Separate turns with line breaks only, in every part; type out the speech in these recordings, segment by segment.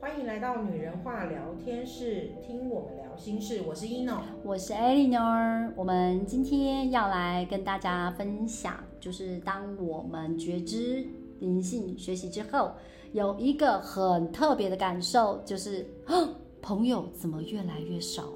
欢迎来到女人话聊天室，听我们聊心事。我是 ino，
我是 Eleanor，我们今天要来跟大家分享，就是当我们觉知灵性学习之后，有一个很特别的感受，就是 哼朋友怎么越来越少了？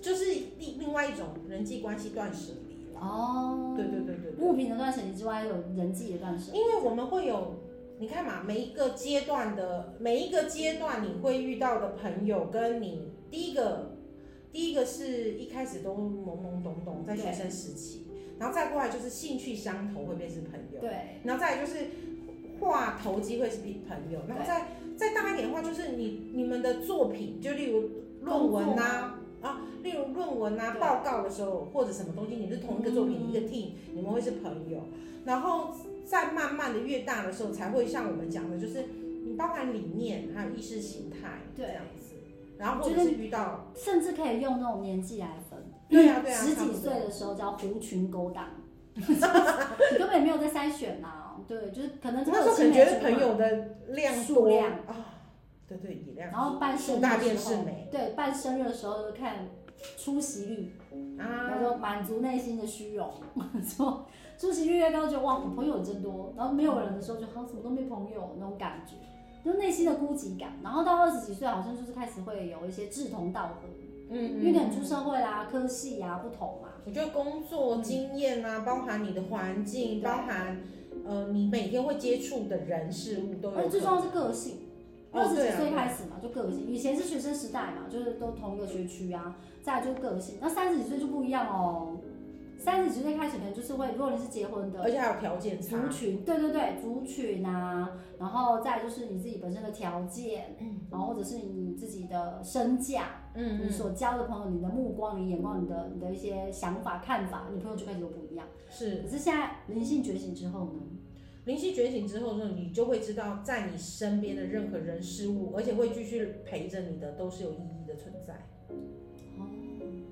就是另另外一种人际关系断舍离了。
哦
对对对对对，
物品的断舍离之外，有人际的断舍离。
因为我们会有，你看嘛，每一个阶段的每一个阶段，你会遇到的朋友，跟你第一个，第一个是一开始都懵懵懂懂，在学生时期，然后再过来就是兴趣相投会变成朋友，
对，
然后再来就是话投机会是朋友，然后再再大一点的话，就是你你们的作品，就例如论文呐、啊。例如论文啊、
对
报告的时候，或者什么东西，你是同一个作品、
嗯
一个 team，你们会是朋友。然后再慢慢的越大的时候，才会像我们讲的，就是你包含理念还有意识形态这
对
样子。然后
我
或
觉
者
得
是遇到，
甚至可以用那种年纪来分。
对啊对啊，
十
差不
几
多
岁的时候叫狐群勾当， 你根本也没有在筛选呐、啊对，就是可能真的
那时候可能觉得朋友的量多
数量
啊，对对，以量
然后办生
数
日
大
的
便
时
是
候，
美
对，办生日的时候就看出席率，然
啊，
后满足内心的虚荣，说出席率越高，就哇，我朋友真多，然后没有人的时候就好像怎么都没朋友那种感觉，就内心的孤寂感。然后到二十几岁，好像就是开始会有一些志同道合，
嗯
因为可能出社会啦、科系啊不同嘛，
我觉得工作经验啊，包含你的环境，
嗯对
包含呃你每天会接触的人事物都有可
而
能。
且最重要是个性。
哦
二十
对
几
啊嗯
岁开始嘛，就个性。以前是学生时代嘛，就是都同一个学区啊，再来就是个性。那三十几岁就不一样哦，三十几岁开始可能就是会，如果你是结婚
而
的
且还呃有条件差
族。群，对对对，族群啊，然后再来就是你自己本身的条件，然后或者是你自己的身价，
嗯
你所交的朋友，你的目光、你眼光、你的你的一些想法、看法，你朋友就开始都不一样。
是
可是现在灵性觉醒之后呢？
灵性觉醒之后呢，你就会知道，在你身边的任何人事
嗯
物，而且会继续陪着你的，都是有意义的存在。哦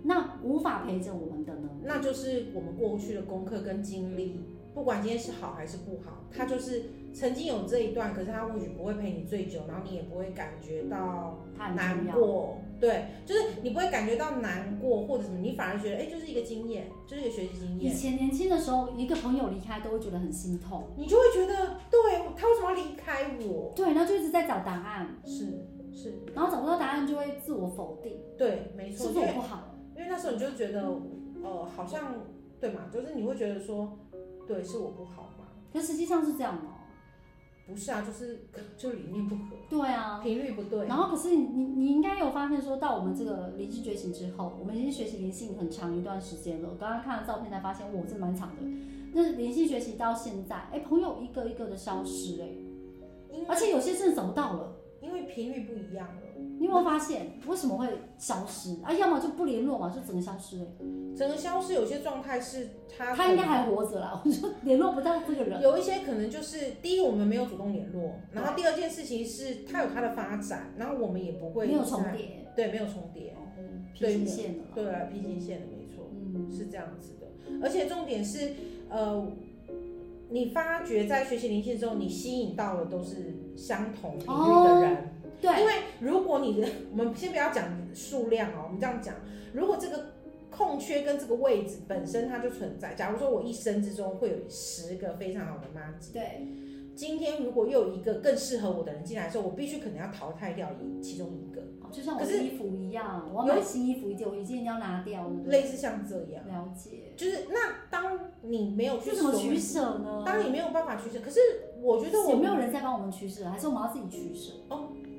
那无法陪着我们的呢？
那就是我们过去的功课跟经历，不管今天是好还是不好，它就是曾经有这一段，可是它或许不会陪你最久，然后你也不会感觉到
它很重
难
要。
过，对，就是你不会感觉到难过或者什么，你反而觉得哎、就是一个经验，就是一个学习经
以
验，
前年轻的时候，一个朋友离开都会觉得很心痛，
你就会觉得对他为什么要离开我？
对，然后就一直在找答案，
是是，
然后找不到答案就会自我否定，
对，没
是
错，
不
因
是我
为
不好？
因为那时候你就觉得呃好像对嘛，就是你会觉得说对是我不好嘛，
可实际上是这样哦、
不是啊，就是就理念不合，
对啊。
频率不对，
然后可是你你你应该有发现说，到我们这个灵性觉醒之后，我们已经学习灵性很长一段时间了。我刚刚看了照片才发现，我真的蛮长的。那灵性学习到现在，哎、朋友一个一个的消失、
因
哎，而且有些真的找不到了。
因为频率不一样了，
你有没有发现为什么会消失？啊，要么就不联络嘛，就整个消失、哎。
整个消失有些状态是他
他应该还活着啦，我 就联络不到这个人。
有一些可能就是第一，我们没有主动联络，然后第二件事情是它有它的发展，然后我们也不会
没有
在
重，叠，哦
对，没有重叠，
平行线的啦。
对啊，披颈线的没错，
嗯，
是这样子的。而且重点是，呃，你发觉在学习灵性之后，你吸引到的都是相同领域的人。
哦对，
因为如果你的，我们先不要讲数量哦，我们这样讲，如果这个空缺跟这个位置本身它就存在，假如说我一生之中会有十个非常好的妈吉，
对，
今天如果又有一个更适合我的人进来的时候，我必须可能要淘汰掉一其中一个，
哦就像我
可是
的衣服一样，我要
有
买新衣服一件，我一件一定要拿掉，对不对
类似像这样，
了解，
就是那当你没有去
这怎么
所谓
取舍呢？
当你没有办法取舍，可是我觉得我
有没有人在帮我们取舍，还是我们要自己取舍？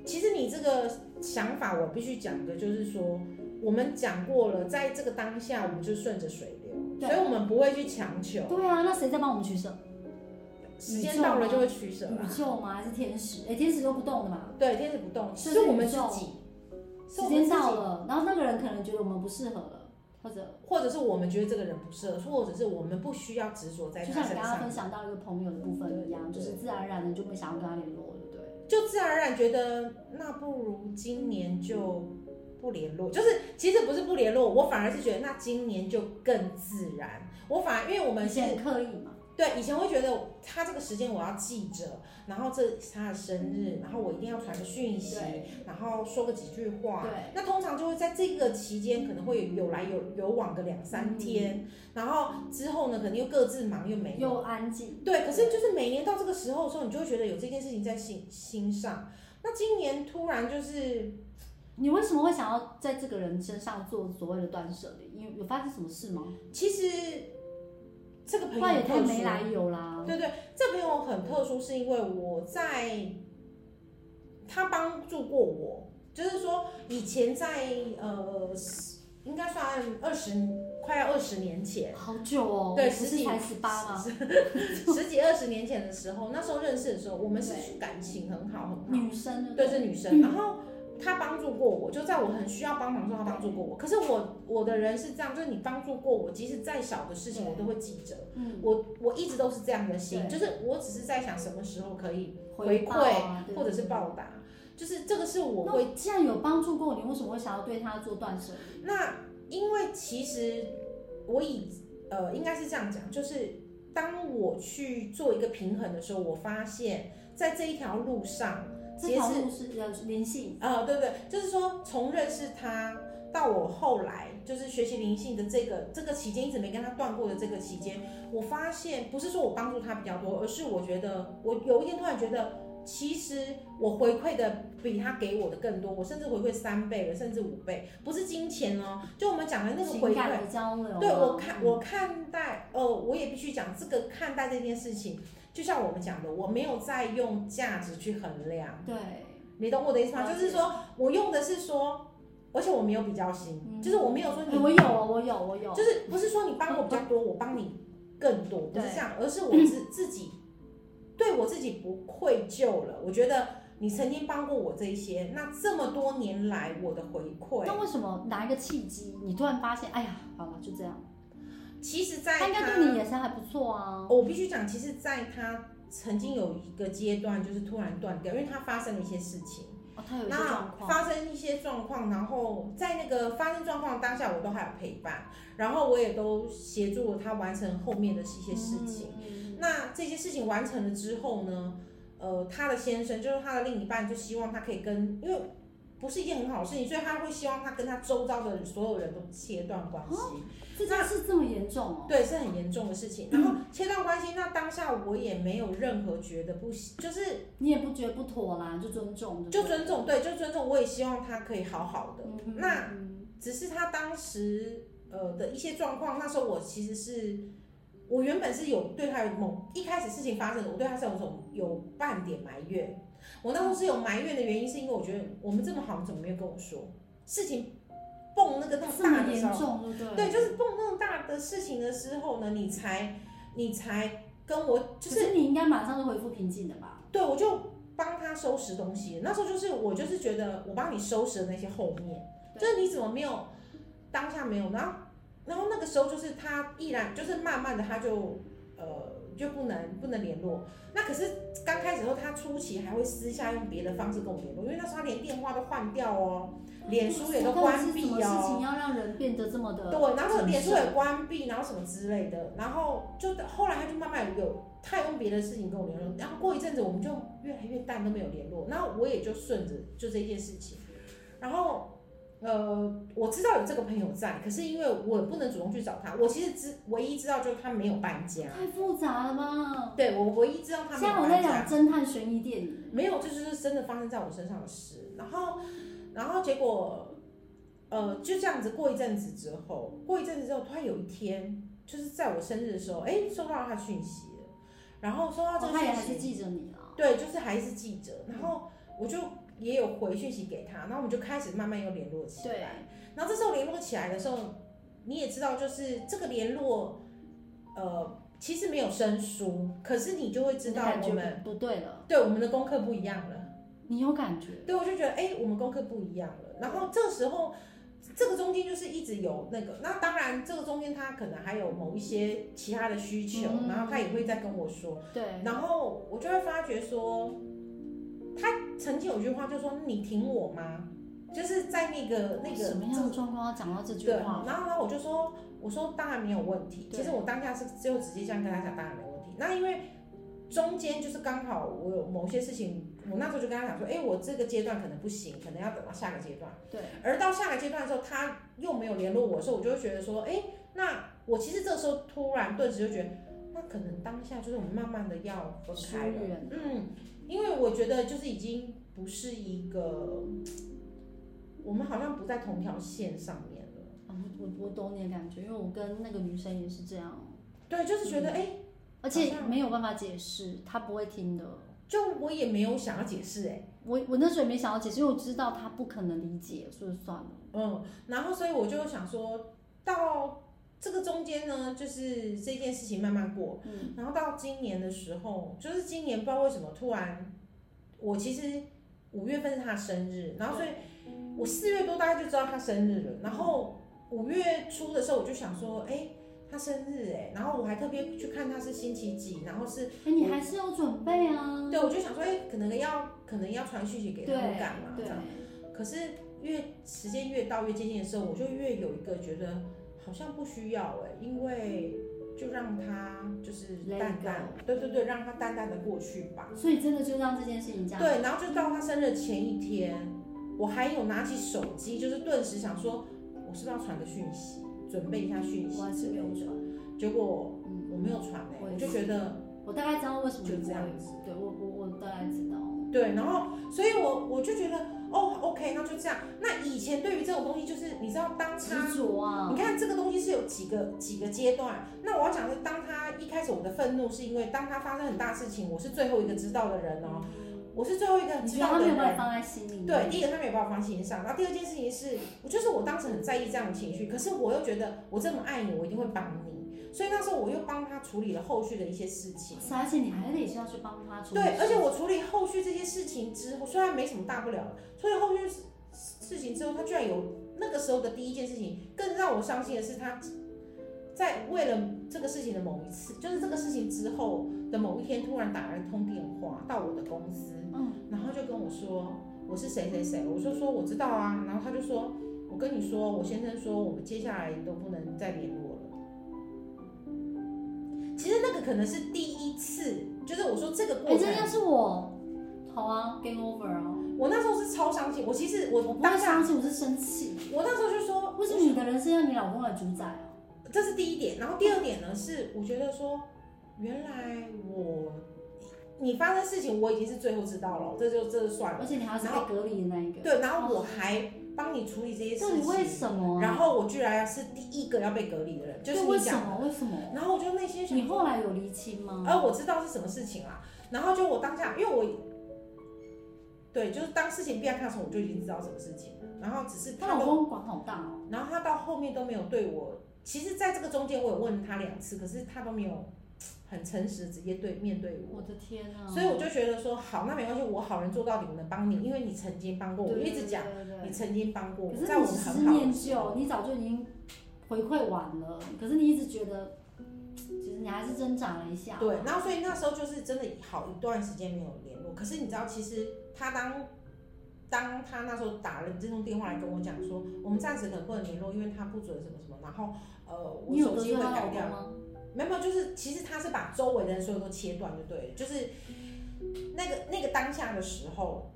其实你这个想法，我必须讲的就是说，我们讲过了，在这个当下，我们就顺着水流，
对
所以我们不会去强求，
对啊，那谁在帮我们取舍？
时间到了就会取舍啊
宇
啦。
宙吗？还是天使？哎，天使都不动的嘛。
对，天使不动，
是
是我们
宇
自
宙
己，是
时
我们
间
自
到
己，
了，然后那个人可能觉得我们不适合了，或者
或者是我们觉得这个人不适合，或者是我们不需要执着在
就
他
像你
身
刚刚
上
分，享到一个朋友的部分一样，就是自然而然的就不想要跟他联络了，对。
就自然而然觉得，那不如今年就。不联络，就是其实不是不联络，我反而是觉得那今年就更自然。我反而因为我
我
们
们
是
是很刻意嘛，
对，以前会觉得他这个时间我要记着，然后这是他的生日，然后我一定要传个讯息，
对
然后说个几句话。
对
那通常就会在这个期间可能会有来有有往个两三天，然后之后呢，可能又各自忙又没有。
又安静，
对，可是就是每年到这个时候的时候，你就会觉得有这件事情在心心上。那今年突然就是
你为什么会想要在这个人身上做所谓的断舍离？因为有发生什么事吗？
其实这个朋
不
友
然也
很特
太
殊
没来由啦。
对对，这朋友很特殊，是因为我在他帮助过我，就是说以前在呃，应该算二十快要二十年前，
好久哦，
对
不
十
是
几
才十八吗？
十几二十年前的时候，那时候认识的时候，我们是
对
感情很好很好，
女生
对，
对
是女生。然后她帮助过我，就在我很需要帮忙的时候，她帮助过我。可是我我的人是这样，就是你帮助过我，即使再小的事情我都会记着。
不对，嗯，
我我一直都是这样的心，
对
就是我只是在想什么时候可以
回
回
报啊
馈或者是。报答，就是这个是我
对
会
那既然有帮助过你，为什么会想要对他做断舍离？
那因为其实我以呃应该是这样讲，就是当我去做一个平衡的时候，我发现在这一条路上，
这
其实
条路是呃灵性，
呃对对，就是说从认识他到我后来就是学习灵性的这个这个期间，一直没跟他断过的这个期间，我发现不是说我帮助他比较多，而是我觉得我有一天突然觉得。其实我回馈的比他给我的更多，我甚至回馈三倍了，甚至五倍，不是金钱哦，就我们讲的那个回
情
馈
感，的交流啊。
对我看
嗯
我看待呃，我也必须讲这个看待这件事情，就像我们讲的，我没有在用价值去衡量，
对，
你懂我的意思吗？
了解
就是说我用的是说，而且我没有比较心，
嗯
就是我没有说你，
哎我有哦，我有，我有，
就是不是说你帮我比较多，我帮你更多，不是
对
这样，而是我自自己对我自己不愧疚了，我觉得。你曾经帮过我这一些，那这么多年来我的回馈，
但为什么哪一个契机，你突然发现，哎呀，好了，就这样。
其实在
他应该对你也是还不错啊。
我必须讲，其实，在他曾经有一个阶段，就是突然断掉，因为他发生了一些事情，
哦，他有一些
那
状况，
发生一些状况，然后在那个发生状况当下，我都还有陪伴，然后我也都协助他完成后面的一些事情。
嗯
那这些事情完成了之后呢，呃，他的先生就是他的另一半，就希望他可以跟，因为不是一件很好的事情，所以他会希望他跟他周遭的所有人都切断关系。
这件事这么严重哦。
对，是很严重的事情。然后切断关系，那当下我也没有任何觉得不行，就是
你也不觉得不妥啦，就尊重，
就
对不对
尊重，对，就尊重。我也希望他可以好好的。
嗯哼
那
嗯
只是他当时呃的一些状况，那时候我其实是，我原本是有对他有某一开始事情发生的，我对他是有种有半点埋怨。我那时候是有埋怨的原因，是因为我觉得我们这么好，你怎么没有跟我说？事情蹦那个那么
这
大
么
的时候
严，重，对不对？
对，就是碰那种大的事情的时候呢，你才你才跟我就
可
是
是你应该马上就恢复平静的吧？
对我就帮他收拾东西。那时候就是我就是觉得我帮你收拾的那些后面，
对
就是你怎么没有当下没有，然后然后那个时候就是他依然就是慢慢的他就呃。就不能不能联络，那可是刚开始的时候，他初期还会私下用别的方式跟我联络，因为那时候他连电话都换掉哦，
嗯
脸书也都关闭
到底是什么事
哦
情，要让人变得这么的？
对，然后
谨
脸书
慎
也关闭，然后什么之类的，然后就后来他就慢慢有他用别的事情跟我联络，然后过一阵子我们就越来越淡都没有联络，然后我也就顺着就这件事情，然后呃我知道有这个朋友在，可是因为我不能主动去找他，我其实知唯一知道就是他没有搬家，
太复杂了吧？
对我唯一知道啊他
现
没有
在我
搬
在
家
讲，侦探悬疑电影，
没有，这就是真的发生在我身上的事。然后，然后结果，呃，就这样子过一阵子之后，过一阵子之后，突然有一天，就是在我生日的时候，哎，收到他讯息了，然后收啊到这
哦
个
他也
讯
还是
息，
记着你啊。
对，就是还是记着，然后我就也有回讯息给他，然后我们就开始慢慢又联络起
对
来。然后这时候联络起来的时候，你也知道，就是这个联络，呃，其实没有生疏，可是你就会知
你的
道
感
我
觉
们
不不对了，
对我们的功课不一样了。
你有感觉？
对，我就觉得哎、诶我们功课不一样了。然后这个时候，这个中间就是一直有那个，那当然这个中间他可能还有某一些其他的需求，
嗯
然后他也会再跟我说，
对，
然后我就会发觉说，他曾经有句话就说你挺我吗？就是在那个那个
什么
这
样
个
的状况要讲到这句
对，
话？
然后呢，我就说，我说当然没有问题。
对
其实我当下是就直接这样跟他讲，当然没有问题。那因为中间就是刚好我有某些事情，我那时候就跟他讲说，哎、我这个阶段可能不行，可能要等到下个阶段。
对，
而到下个阶段的时候，他又没有联络我，所以我就会觉得说，哎、那我其实这时候突然顿时就觉得，那可能当下就是我们慢慢的要分
疏
开了。
远，
嗯，因为我觉得就是已经不是一个，我们好像不在同条线上面了。
啊我我我懂你的感觉，因为我跟那个女生也是这样，
对，就是觉得哎、诶
而且没有办法解释，她不会听的。
就我也没有想要解释哎、诶
我我那时候也没想要解释，因为我知道她不可能理解，所以算了。
嗯，然后所以我就想说到这个中间呢，就是这件事情慢慢过，
嗯，
然后到今年的时候，就是今年不知道为什么突然，我其实五月份是他生日，然后所以我四月多大概就知道他生日了，然后五月初的时候我就想说，哎、他生日哎、然后我还特别去看他是星期几，然后是
哎、你还是有准备啊。
对，我就想说，哎、可能要可能要传讯息给他
对
们干嘛这
对
样，可是越时间越到越接近的时候，我就越有一个觉得好像不需要哎、因为就让它就是
Let it
淡淡，对对对，让它淡淡的过去吧。
所以真的就让这件事情这样。
对，然后就到他生日前一天，我还有拿起手机，就是顿时想说，我是不是要传个讯息，准备一下讯息
我还
之
是没
类
有
的。
转，
结果
嗯，
我没有传哎、
我也
我就觉得
我大概知道为什么
就这样
子。对我我我大概知道。
对，然后所以我我就觉得哦，OK，那就这样。那以前对于这种东西，就是你知道，当他
执着啊
你，看这个东西是有几个几个阶段。那我要讲的，当他一开始我的愤怒是因为当他发生很大事情，我是最后一个知道的人哦，我是最后一个
嗯你觉
知
得他
道
没
的
有把你
人。
放在心里。
对，，第一个他没有把我放心上，然后第二件事情是，我就是我当时很在意这样的情绪，可是我又觉得我这么爱你，我一定会帮你，所以那时候我又帮他处理了后续的一些事情。
是，而且你还得是要去帮他处理。
对，而且我处理后续这些事情之后，虽然没什么大不了的，处理后续事事情之后，他居然有那个时候的第一件事情，更让我伤心的是，他在为了这个事情的某一次，就是这个事情之后的某一天，突然打了一通电话到我的公司，
嗯，
然后就跟我说我是谁谁谁，我就说我知道啊，然后他就说，我跟你说，我先生说我们接下来都不能再联络了。其实那个可能是第一次，就是我说这个
哎、
过程
这，要是我，好啊，game over 啊，
我那时候是超伤心。我其实
我
我
不会
当下，
伤心，我是生气。
我那时候就说，
为什么你的人生要你老公来主宰啊？
这是第一点，然后第二点呢是，我觉得说，原来我你发生事情，我已经是最后知道了，这就这就算了。
而且你还是
然
被隔离的那一个。
对，然后我还帮你处理这些
到底
事
为
情。
什么、啊？
然后我居然是第一个要被隔离的人，就是
对为
你
什
讲。
么？为什么？
然后我就内心想
你，后来有离亲吗？
呃，我知道是什么事情啦。然后就我当下，因为我，对，就是当事情变大的时候，我就已经知道什么事情了。然后只是
她
他
老
都，
公管好大哦。
然后他到后面都没有对我。其实，在这个中间，我有问他两次，可是他都没有很诚实，直接对面对我。
我的天啊！
所以我就觉得说，好，那没关系，我好人做到底，我能帮你，因为你曾经帮过我，我
对
一直讲，
对对
你曾经帮过我，
可是
在我
你
们
十
很好
念
的时
旧，
候，
你早就已经回馈完了，可是你一直觉得，其实你还是挣扎了一下。
对，然后所以那时候就是真的好一段时间没有联络。可是你知道，其实他当当他那时候打了这通电话来跟我讲说，我们暂时可能不能联络，因为他不准什么什么。然后呃，我
你有
手
得
机
罪
会
她
改
老公
掉，
吗？
没有，没有就是其实他是把周围的人所有都切断，就对了，就是那个那个当下的时候，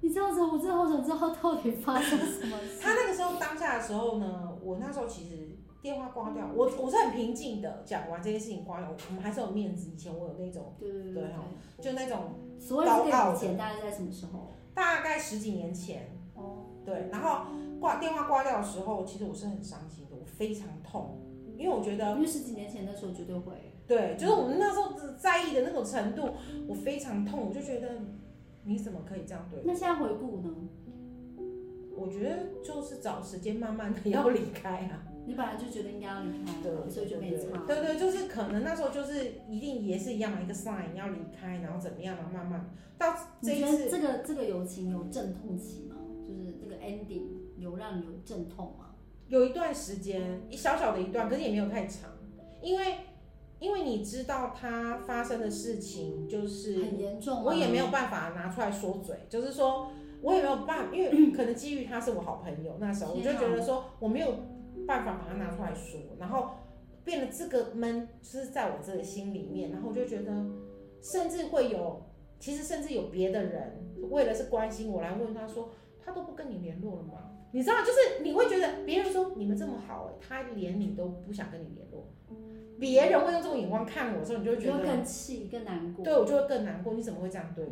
你这样子，我真的好想知道到底发生什么
他
事。
那个时候当下的时候呢，我那时候其实。电话挂掉，我我是很平静的讲完这件事情挂掉，我们还是有面子。以前我有那种
对对对
对哈
对。
就那种
所谓这
高傲
个以
的
前大概在什么时候？
大概十几年前，
哦，
对，然后挂电话挂掉的时候，其实我是很伤心的，我非常痛，因为我觉得
因为十几年前的时候绝对会。
对，就是我们那时候在意的那种程度，我非常痛，我就觉得你怎么可以这样对我？
那现在回顾呢？
我觉得就是找时间慢慢的要离开啊，
你本来就觉得应该要离开了，
对，
所以就没差。
对对，就是可能那时候就是一定也是一样的一个 sign 要离开，然后怎么样，然后慢慢到这
你
一
觉得
次，
这个这个友情有阵痛期吗？就是这个 ending 有让你有阵痛吗？
有一段时间，一小小的一段，可是也没有太长，因为因为你知道他发生的事情，就是
很严重吗？
我也没有办法拿出来说嘴，就是说我也没有办，因 为可能基于他是我好朋友，那时候我就
天啊
觉得说我没有办法把他拿出来说，然后。变得这个闷就是在我这个心里
嗯
面，然后我就觉得，甚至会有，其实甚至有别的人为了是关心我来问他说，他都不跟你联络了吗？你知道，就是你会觉得别人说你们这么好、欸，他连你都不想跟你联络，别人会用这种眼光看我的时候，你就会
你
觉
就
得啊
会更气、更难过。
对我就会更难过，你怎么会这样对我？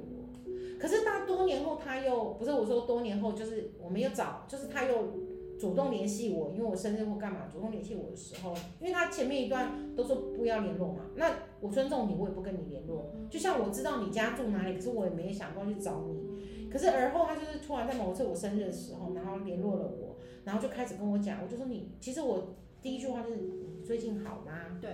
可是到多年后，他又不是我说多年后，就是我们又找，就是他又主动联系我，因为我生日或干嘛，主动联系我的时候，因为他前面一段都说不要联络嘛，那我尊重你，我也不跟你联络。就像我知道你家住哪里，可是我也没想过去找你。可是而后，他就是突然在某次我生日的时候，然后联络了我，然后就开始跟我讲，我就说你，其实我第一句话就是你最近好吗？
对，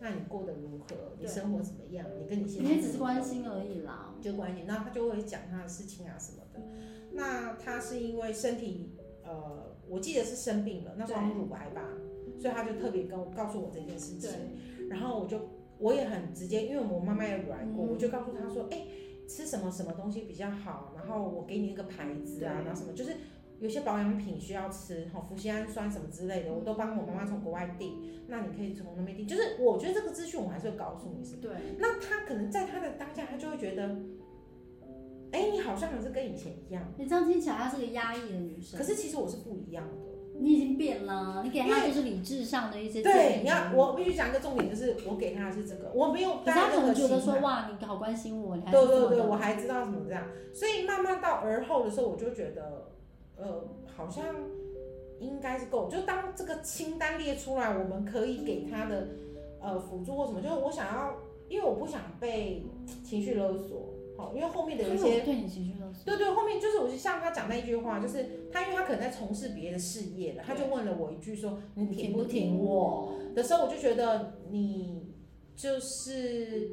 那你过得如何？你
对嗯
生活怎么样？你跟你现
因
在
为只是关心而已啦。
就关心，然后他就会讲他的事情啊什么的。那他是因为身体，呃，我记得是生病了，那时候好像乳癌吧，所以他就特别跟我告诉我这件事情。
对，
然后我就我也很直接，因为我妈妈也乳癌过，
嗯
我就告诉她说，哎、吃什么什么东西比较好，然后我给你那个牌子啊，
对
然后什么就是。有些保养品需要吃，好，福西氨酸什么之类
嗯
的，我都帮我妈妈从国外订。那你可以从那边订，就是我觉得这个资讯我还是会告诉你是
对，
那他可能在他的当下，他就会觉得，哎、你好像还是跟以前一样，
你这样听起来，她是个压抑的女生
可。是其实我是不一样的。
你已经变了，你给她
因
就是理智上的一些建
对，
议啊
你要我必须讲一个重点，就是我给他的是这个，我没有
可是
带
她可
任何
能觉得
情
说，
感
哇，你好关心我，你还是
对
这
对
么
对，
的
我还知道怎么这样，所以慢慢到而后的时候，我就觉得，呃，好像应该是够。就当这个清单列出来，我们可以给他的呃辅助或什么，就是我想要，因为我不想被情绪勒索，好，因为后面的有一
她
些
有对你情绪勒索。
对对，后面就是我就像他讲那一句话，就是他因为他可能在从事别的事业了，他就问了我一句说你挺不挺我
我？
的时候，我就觉得你就是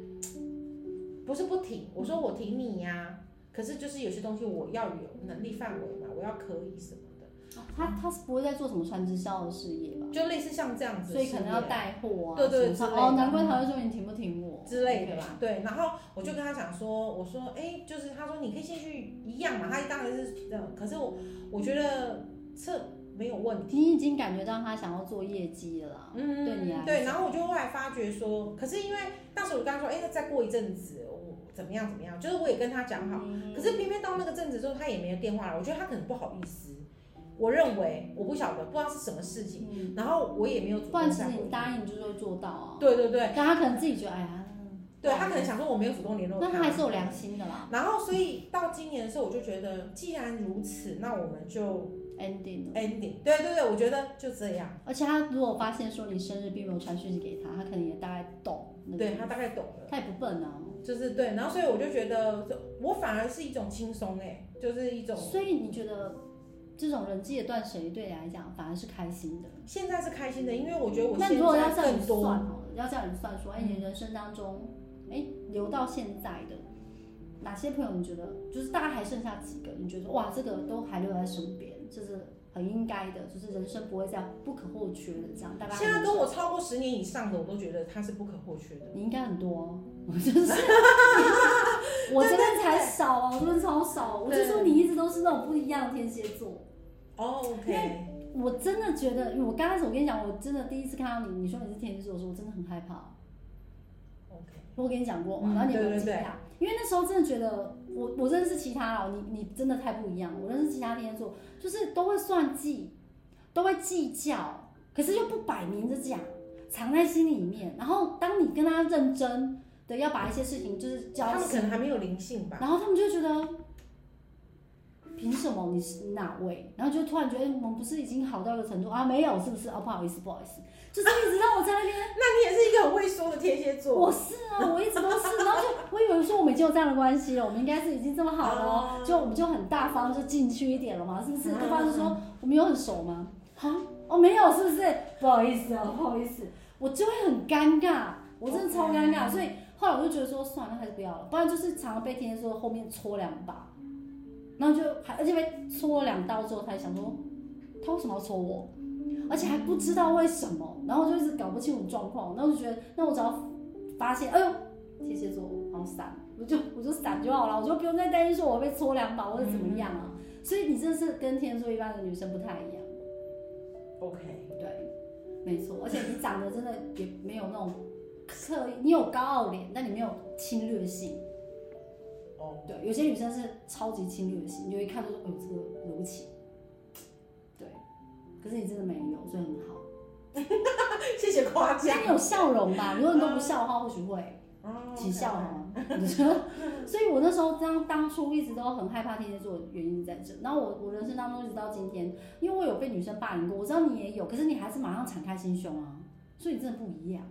不是不挺，我说我挺你呀、可是就是有些东西我要有能力范围嘛，我要可以什么的，
哦她她是不会在做什么传直销的事业吧？
就类似像这样子的
所
事
以
业，
可能要带货啊，
对对
什
之
么的
类的
哦，难怪他会说你挺不挺我
之类的
OK
吧。对，然后我就跟他讲说，我说，哎、就是他说你可以先去一样嘛，他当然是这样，可是我我觉得这没有问题。
你已经感觉到他想要做业绩了，
嗯，
对你来
对，然后我就后来发觉说，可是因为当时我刚说，哎、再过一阵子，我怎么样怎么样，就是我也跟他讲好，可是偏偏到那个阵子之后，他也没有电话来，我觉得他可能不好意思，我认为我不晓得，不知道是什么事情，
嗯，
然后我也没有主
不然
动
其
再
实
回
你答应就是会做到啊，
对对对，
但他可能自己觉得哎呀，
对他可能想说我没有主动联络
那他还是有良心的啦
然后所以到今年的时候，我就觉得既然如此，那我们就
，ending 了。
ending，对对对，我觉得就这样，
而且他如果发现说你生日并没有传讯息给他，他可能也大概懂那个，
对他大概懂了。
他也不笨啊，
就是对，然后所以我就觉得，我反而是一种轻松哎，就是一种
所以你觉得这种人际的断舍离对你来讲反而是开心的？
现在是开心的，因为我觉得我
那
现
如果要
在
这样
更
算
多，嗯
好了，要这样算说，哎、你人生当中，哎、留到现在的哪些朋友，你觉得就是大概还剩下几个？你觉得哇，这个都还留在身边，就是很应该的，就是人生不会这样不可或缺的这样。大概
现在
还
跟
有
我超过十年以上的，我都觉得它是不可或缺的。
你应该很多哦， 我就是我这边才少啊，我这边超少，我就说你一直都是那种不一样的天蝎座。
哦，OK，
我真的觉得，我刚开始我跟你讲，我真的第一次看到你，你说你是天蝎座的时候，我真的很害怕。
OK，
我跟你讲过嘛，
嗯
然后你有没
对
有
对
惊
对
讶？因为那时候真的觉得我我认识其他哦，你你真的太不一样了。我认识其他天蝎座，就是都会算计，都会计较，可是又不摆明着讲，藏在心里面。然后当你跟他认真的要把一些事情就是交
他们
心，
可能还没有灵性吧。
然后他们就会觉得，凭什么你是哪位？然后就突然觉得哎我们不是已经好到一个程度啊？没有，是不是？哦，不好意思，不好意思，就是一直让我在那边。
那你也是一个很会说的天蝎座，
我是啊，我一直都是，然 后就我以为说我们已经有这样的关系了，我们应该是已经这么好了哦，
哦
就我们就很大方，就进去一点了嘛，是不是？对方就说我们有很熟吗？嗯啊，哦没有，是不是？不好意思哦，不好意思，我就会很尴尬，我真的超尴尬，所以后来我就觉得说算了，还是不要了，不然就是常常被天蝎座后面戳两把，然后就还而且被戳了两刀之后，才想说他为什么要戳我？而且还不知道为什么，然后我就一直搞不清楚状况，然后我就觉得，那我只要发现，哎呦，天蝎座好闪，我就我就闪就好了，我就不用再担心说我被戳两把或者怎么样啊。所以你真的是跟天蝎座一般的女生不太一样，
OK，
对，没错，而且你长得真的也没有那种刻意，你有高傲脸，但你没有侵略性。
哦，
对，有些女生是超级侵略性，你就一看就说，哦，这个惹不起。对，可是你真的没有，所以很好。
谢谢夸
其实
奖。
你有笑容吧？如果你都不笑的话，或许会。
哦
起笑吗？
嗯
所以，我那时候当当初一直都很害怕天蝎座，的原因是在这。然后我我人生当中一直到今天，因为我有被女生霸凌过，我知道你也有，可是你还是马上敞开心胸啊，所以你真的不一样。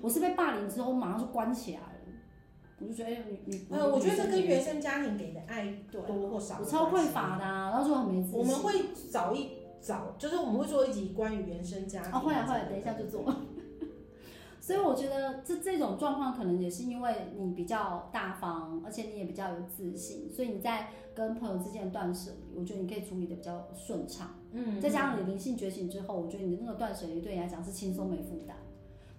我是被霸凌之后马上就关起来了，我就觉得哎你你，
呃，我觉得这跟
原
原生家庭给的爱
对
多或少有
我
关系，
超匮乏的、啊，然后就很没自信。
我们会找一找，就是我们会做一集关于原生家庭。
啊，会啊会啊，等一下就做。 所以我觉得这这种状况可能也是因为你比较大方，而且你也比较有自信，所以你在跟朋友之间的断舍离，我觉得你可以处理的比较顺畅。
嗯，
再加上你灵性觉醒之后，我觉得你的那个断舍离对你来讲是轻松没负担。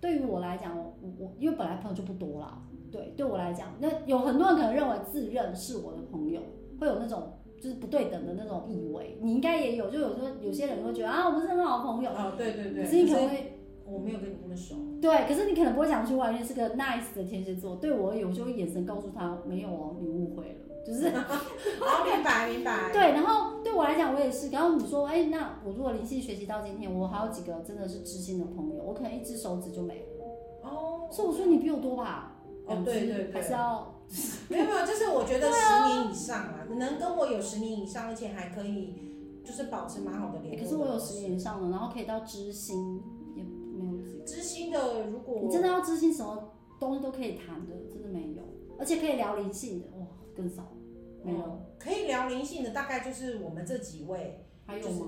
对于我来讲，我我因为本来朋友就不多啦，对，对我来讲，那有很多人可能认为自认是我的朋友，会有那种就是不对等的那种意味。你应该也有，就有时候有些人会觉得啊，我不是很好的朋友，
哦，对对对，
可是你可
可
能
是
会
我没有跟你那么熟，
对，可是你可能不会讲出来，因为是个 nice 的天蝎座。对我而言，我就会眼神告诉他，没有哦，你误会了，就是
哦，明白明白，
对。然后对我来讲，我也是。然后你说，哎，那我如果灵性学习到今天，我还有几个真的是知心的朋友，我可能一只手指就没了。
哦，
所以我说你比我多吧？
哦
两只
对对对
还是要
没有没有，就是我觉得十年以上啊，能跟我有十年以上，而且还可以就是保持蛮好的联
哎。
络。
可是我有十。年以上了，然后可以到知心，也没有几个。
知心的，如果
你真的要知心，什么东西都可以谈的，真的没有。而且可以聊灵性的，哇，更少，没有。
嗯可以聊灵性的，大概就是我们这几位。
还有
就是
吗？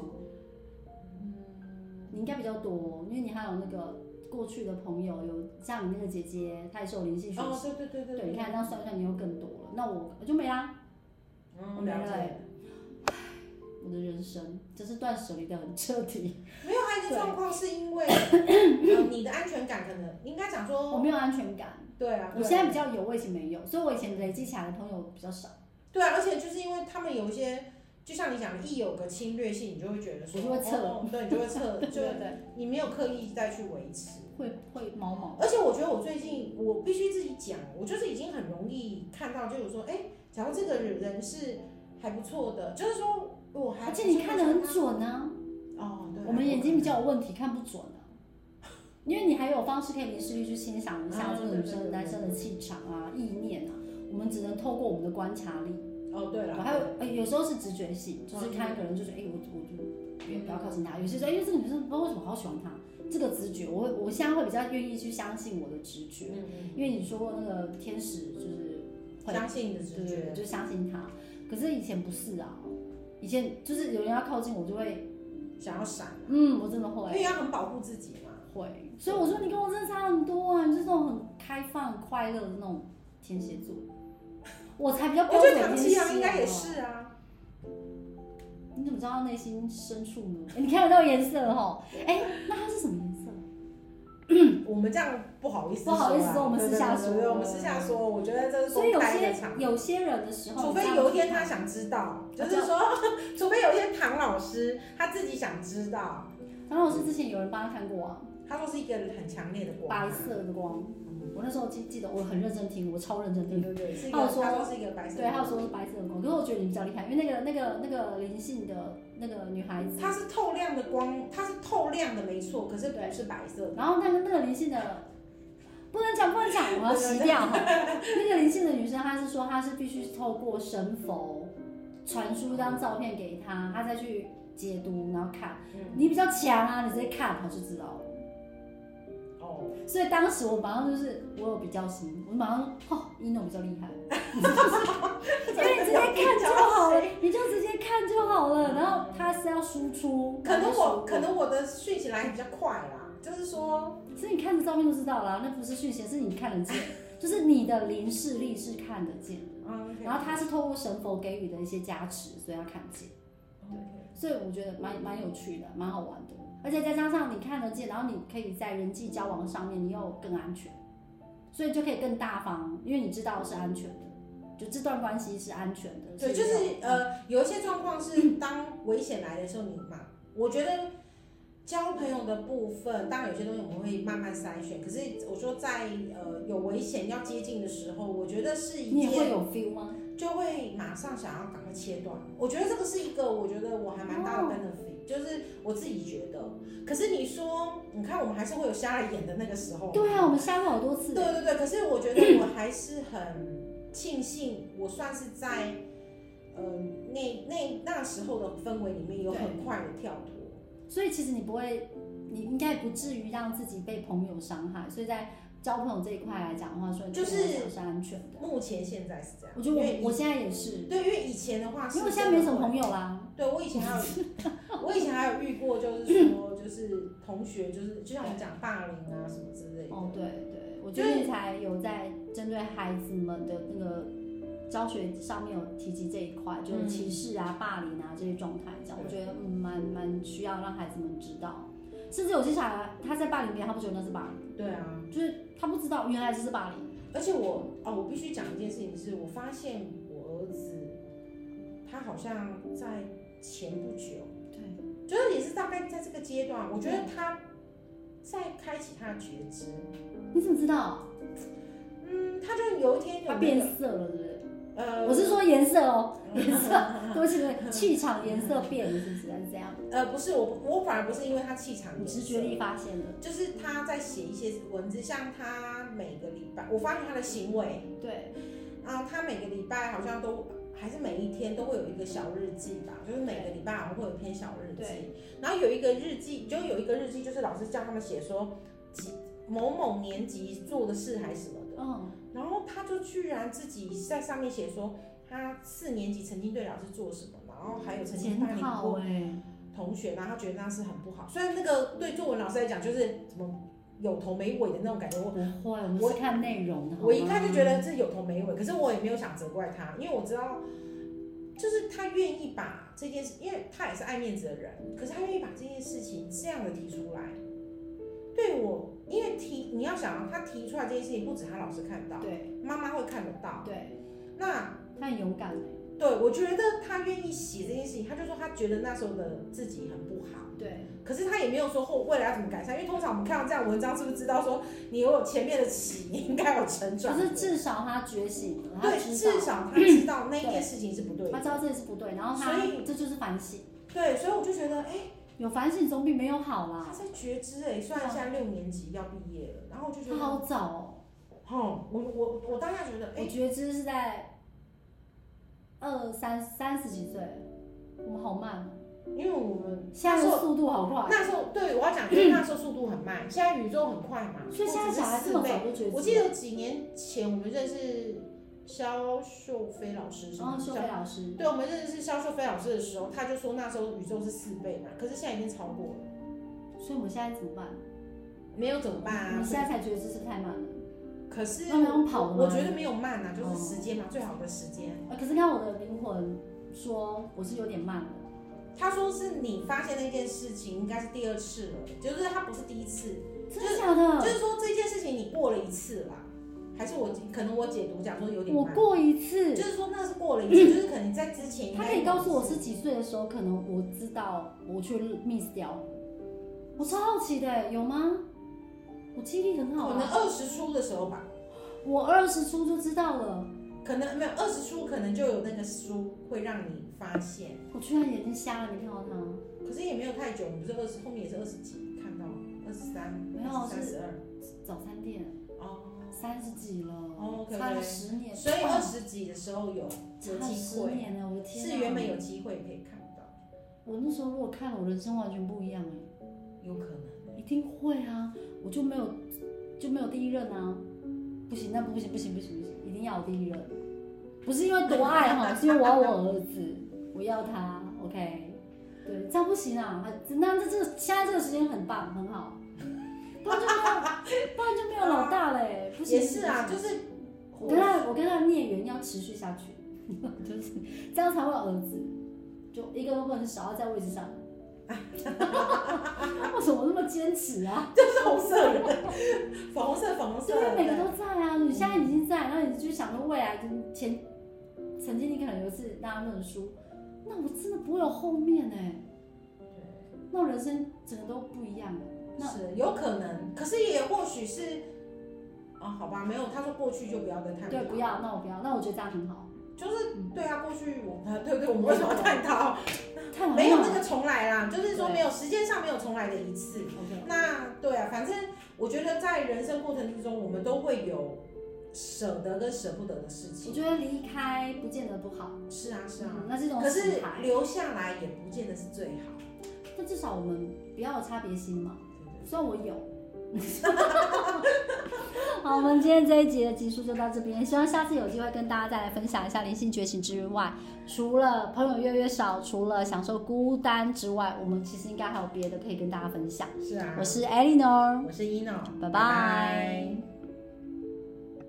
嗯你应该比较多，因为你还有那个过去的朋友，有像你那个姐姐，她也是有灵性学
哦，
习。
对对对
对，
对
你看这样算一算，你又更多了。那我我就没啦，我
嗯，
没
了
了、
解。
欸。我的人生真是断舍离的很彻底，
没有，还有一个
对
状况是因为呃你的安全感可能应该讲
我
说，
没有安全感。
哦对啊，
我
对
现在比较有，我以前没有，所以我以前累积起来的朋友比较少，
对啊，而且就是因为他们有一些，就像你讲的，一有个侵略性，你就会觉得说，
你就会撤
哦，对，你就会 撤，
对
就
对对，
你没有刻意再去维持。
会会毛毛。
而且我觉得我最近我必须自己讲，我就是已经很容易看到，就是说，哎、假如这个人是还不错的，就是说我还
而且你看得很准啊，
哦，对，
我们眼睛比较有问题，看不准啊。因为你还有方式可以迷失力去欣赏一下
啊
这个
对
女
对
生、
对
男生的气场啊、意念啊，我们只能透过我们的观察力。
哦，对了，
还有呃有时候是直觉性，就是看一个人就觉得，哎、我我就不要不要靠近他。有些时候，哎、这个女生不知道为什么好喜欢她，这个直觉，我会我现在会比较愿意去相信我的直觉，
嗯，
因为你说过那个天使就是会
相信你的
对
直
对
觉
对，，就相信他。可是以前不是啊，以前就是有人要靠近我就会，
想要闪，
嗯，我真的
因
会
为要很保护自己嘛。
会，所以我说你跟我真的差很多啊，你是那种很开放很快乐的那种天蝎座，我才比较标
我
准
觉
天
得
蝎、啊。
唐奇阳应该也是啊，
啊你怎么知道他内心深处呢？ 诶你看得到颜色哦。哎、那他是什么颜色？
我们这样不好意思、啊，
哦不好意思说我们
对
私下
对对
说
对我们私下说，我觉得这是
所以
公
有
开的
些
场，
有些人的时候，
除非有一天他想知
啊
道，就是说， 除非有一天唐老师他自己想知道，
唐老师之前有人帮他看过啊，
他说是一个很强烈的光，
白色的光。我那时候记记得我很认真听，我超认真
对
听。
对对，是一
他
个
哦有说
他说是一个白色的
对，
光，
他有说是白色的光，可是我觉得你比较厉害，因为那个那个那个灵性的那个女孩子，
它是透亮的光，它是透亮的没错，可是不是白色的，
然后那个那个灵性的，不能讲不能讲，我 要洗掉哈。那个灵性的女生，她是说她是必须透过神佛传输一张照片给她，她再去解读，然后看。
嗯，
你比较强啊，你直接看她就知道了。
哦，
所以当时我马上就是我有比较心，我马上说哦，一诺比较厉害，因为你直接看就好 了，你就直接看就好了。然后她是要输出，
嗯可能我
她
可
就输入
能我的讯息来比较快啦，就是说，
所以你看着照片就知道了，那不是讯息，是你看得见，就是你的灵视力是看得见，
嗯，
然后它是透过神佛给予的一些加持，所以要看见。所以我觉得蛮蛮有趣的，蛮好玩的，而且再加上你看得见，然后你可以在人际交往上面你又更安全，所以就可以更大方，因为你知道是安全的，就这段关系是安全的。
对，就呃
所以
是呃，有一些状况是当危险来的时候，你嘛，我觉得交朋友的部分，当然有些东西我们会慢慢筛选。可是我说在呃有危险要接近的时候，我觉得是一
你也会
件
有 feel 吗？
就会马上想要赶快切断。我觉得这个是一个，我觉得我还蛮
哦
大的 benefit，、就是我自己觉得。可是你说，你看我们还是会有瞎了眼的那个时候。
对啊，我们瞎过好多次。
对对对，可是我觉得我还是很庆幸，我算是在呃那那那时候的氛围里面有很快的跳脱。
所以其实你不会，你应该不至于让自己被朋友伤害。所以在交朋友这一块来讲的话，说你
就是
朋友是安全的。
目前现在是这样，
我觉得
因为以
我我现在也是，
对，因为以前的话是
因为我现在没什么
友。
朋友啊啦。
对我以前还有，我以前还有遇过，就是说就是同学，就是就像我们讲霸凌啊什么之类的。
哦，对对，我最近才有在针对孩子们的那个教学上面有提及这一块，就是
嗯
歧视啊、霸凌啊这些状态，这样我觉得嗯蛮蛮需要让孩子们知道，甚至有些小孩他在霸凌别人，他不觉得那是霸凌，
对啊，
就是他不知道原来这是霸凌。
而且我哦，我必须讲一件事情是，我发现我儿子他好像在前不久，
对，
就是也是大概在这个阶段，我觉得他在开启他的觉知。
你怎么知道？
嗯，他就有一天有
他
那
变
个
色了，是不是？
呃，
我是说颜色 哦，颜色，对不起，对不起气场颜色变了，是不是？还是 怎样？
呃不是我我反而不是因为他气场
你
颜色，
直觉力发现的，
就是他在写一些文字，像他每个礼拜，我发现他的行为
对，
啊，他每个礼拜好像都还是每一天都会有一个小日记吧，就是每个礼拜好像会有一篇小日记
对，
然后有一个日记，就有一个日记，就是老师叫他们写说几某某年级做的事还是什么的，
嗯，
然后他就居然自己在上面写说他四年级曾经对老师做什么，然后还有曾经
检
霸凌
讨
过
哎。
同学，然后他觉得那是很不好，虽然那个对作文老师来讲就是怎么有头没尾的那种感觉，我
不会，我们是看内容的。好吗
我一看就觉，得这有头没尾，可是我也没有想责怪他，因为我知道，就是他愿意把这件事，因为他也是爱面子的人，可是他愿意把这件事情这样的提出来，对我，因为提你要想啊，他提出来这件事情，不止他老师看到，
对
妈妈会看得到。
对，
那
他很勇敢欸，
对我觉得他愿意写这件事情，他就说他觉得那时候的自己很不好。
对
可是他也没有说后未来要怎么改善，因为通常我们看到这样的文章，是不是知道说你有前面的起，你应该有成长
可
的？
是至少他觉醒了，他
对，
知
至
道，
少他知道那件事情是不对
他
的。
知道这是不对，然后他
所以
这就是反省，
对，所以我就觉得，哎、
有反省总比没有好
他
啦。
在觉知哎、虽然现在六年级要毕业了，然后我就觉
他
得，
好早哦，
哦，我我我当下觉得，哎、
我觉知是在二三三十几岁，我们好慢哦，
因为我们
现在
那时
的
候
速度好快，哦
那时候对我要讲，因为那时候速度很慢，现在宇宙很快嘛，
所以现在小孩这
不
么
止是四倍
早就觉知，
我记得几年前我们认识肖秀飞老师，是
然
吗？
后哦秀
肖
飞老师，
对，我们认识肖秀飞老师的时候，他就说那时候宇宙是四倍嘛，可是现在已经超过了，
所以我们现在怎么办？
没有怎么办
我
啊
们？现在才觉知是不是太慢了？
可是
嗯那我们用跑的吗嗯
我觉得没有慢啊，就是时间嘛，最好的时间。
啊可是看我的灵魂说我是有点慢了。
他说是你发现那件事情应该是第二次了，就是他不是第一次，
真的假的？
就是说这件事情你过了一次啦，还是我可能我解读讲说有点
我
慢，
过一
就
次，
是说那是过了一次，就是可能在之前应
他
该
可以告诉我是几岁的时候，可能我知道我去 miss 掉了。我超好奇的，有吗？我记忆力很好
可能
啊，
二十出的时候吧，
我二十出就知道了，
可能没有二十出可能就有那个书会让你发现，
我居然眼睛瞎了，没看到他，
可是也没有太久，我们不是二十后面也是二十几看到二十三，
没有啊
三十二
早餐店
哦
三十几了，
哦，可
差了
能。
十年，
所以
哇
二十几的时候有有
差了
机
十
会，
年了，我的天、啊！
是原本有机会可以看到，
我那时候如果看了，我人生完全不一样哎，
有可能。
一定会啊，我就没有就没有第一任啊，不行，那不行不行不行不行，一定要有第一任，不是因为多爱哈，是因为我要我儿子，我要他，OK，对，这样不行啊，那这这个现在这个时间很棒，很好，不然就没有，不然就没有老 大嘞，不行，
也是啊，
不行
就是
我跟他我跟他孽缘要持续下去， 就是这样才会有儿子，就一个都不能少，要在位置上。 为什么那么坚持啊？
就是 红色 人，粉红色粉红色
对啊，
的，
每个都在啊，你现在已经在，然后你就想着未来，就是前曾经你可能有
欸
一次让他认输，那我真的不会有后面哎、那我人生
整个都不一样了。那
是有可能，可是也或许是，啊，好吧，没有，他说过去就不要再探讨，
对，不，要，那我不要，那我觉得这样很好。
就是
嗯
对啊，过去我 们，对对，我们为什么要探讨？
太好
没有
了
那个重来
嗯
啦，就是说
对
没有时间上没有重来的一次。
OK，
那对啊，反正我觉得在人生过程之中，我们都会有舍得跟舍不得的事
我
情。
觉得离开不见得不好，
是啊，是
嗯
啊，
那是一种
可是
心态。
留下来也不见得是最好。
但至少我们不要有差别心嘛。虽然我有，
好，我们今天这一集的集数就到这边，希望下次有机会跟大家再来分享一下灵性觉醒之外，除了朋友越来越少，除了享受孤单之外，我们其实应该还有别的可以跟大家分享。
是啊，
我是 Eleanor，
我是一诺，
拜拜
拜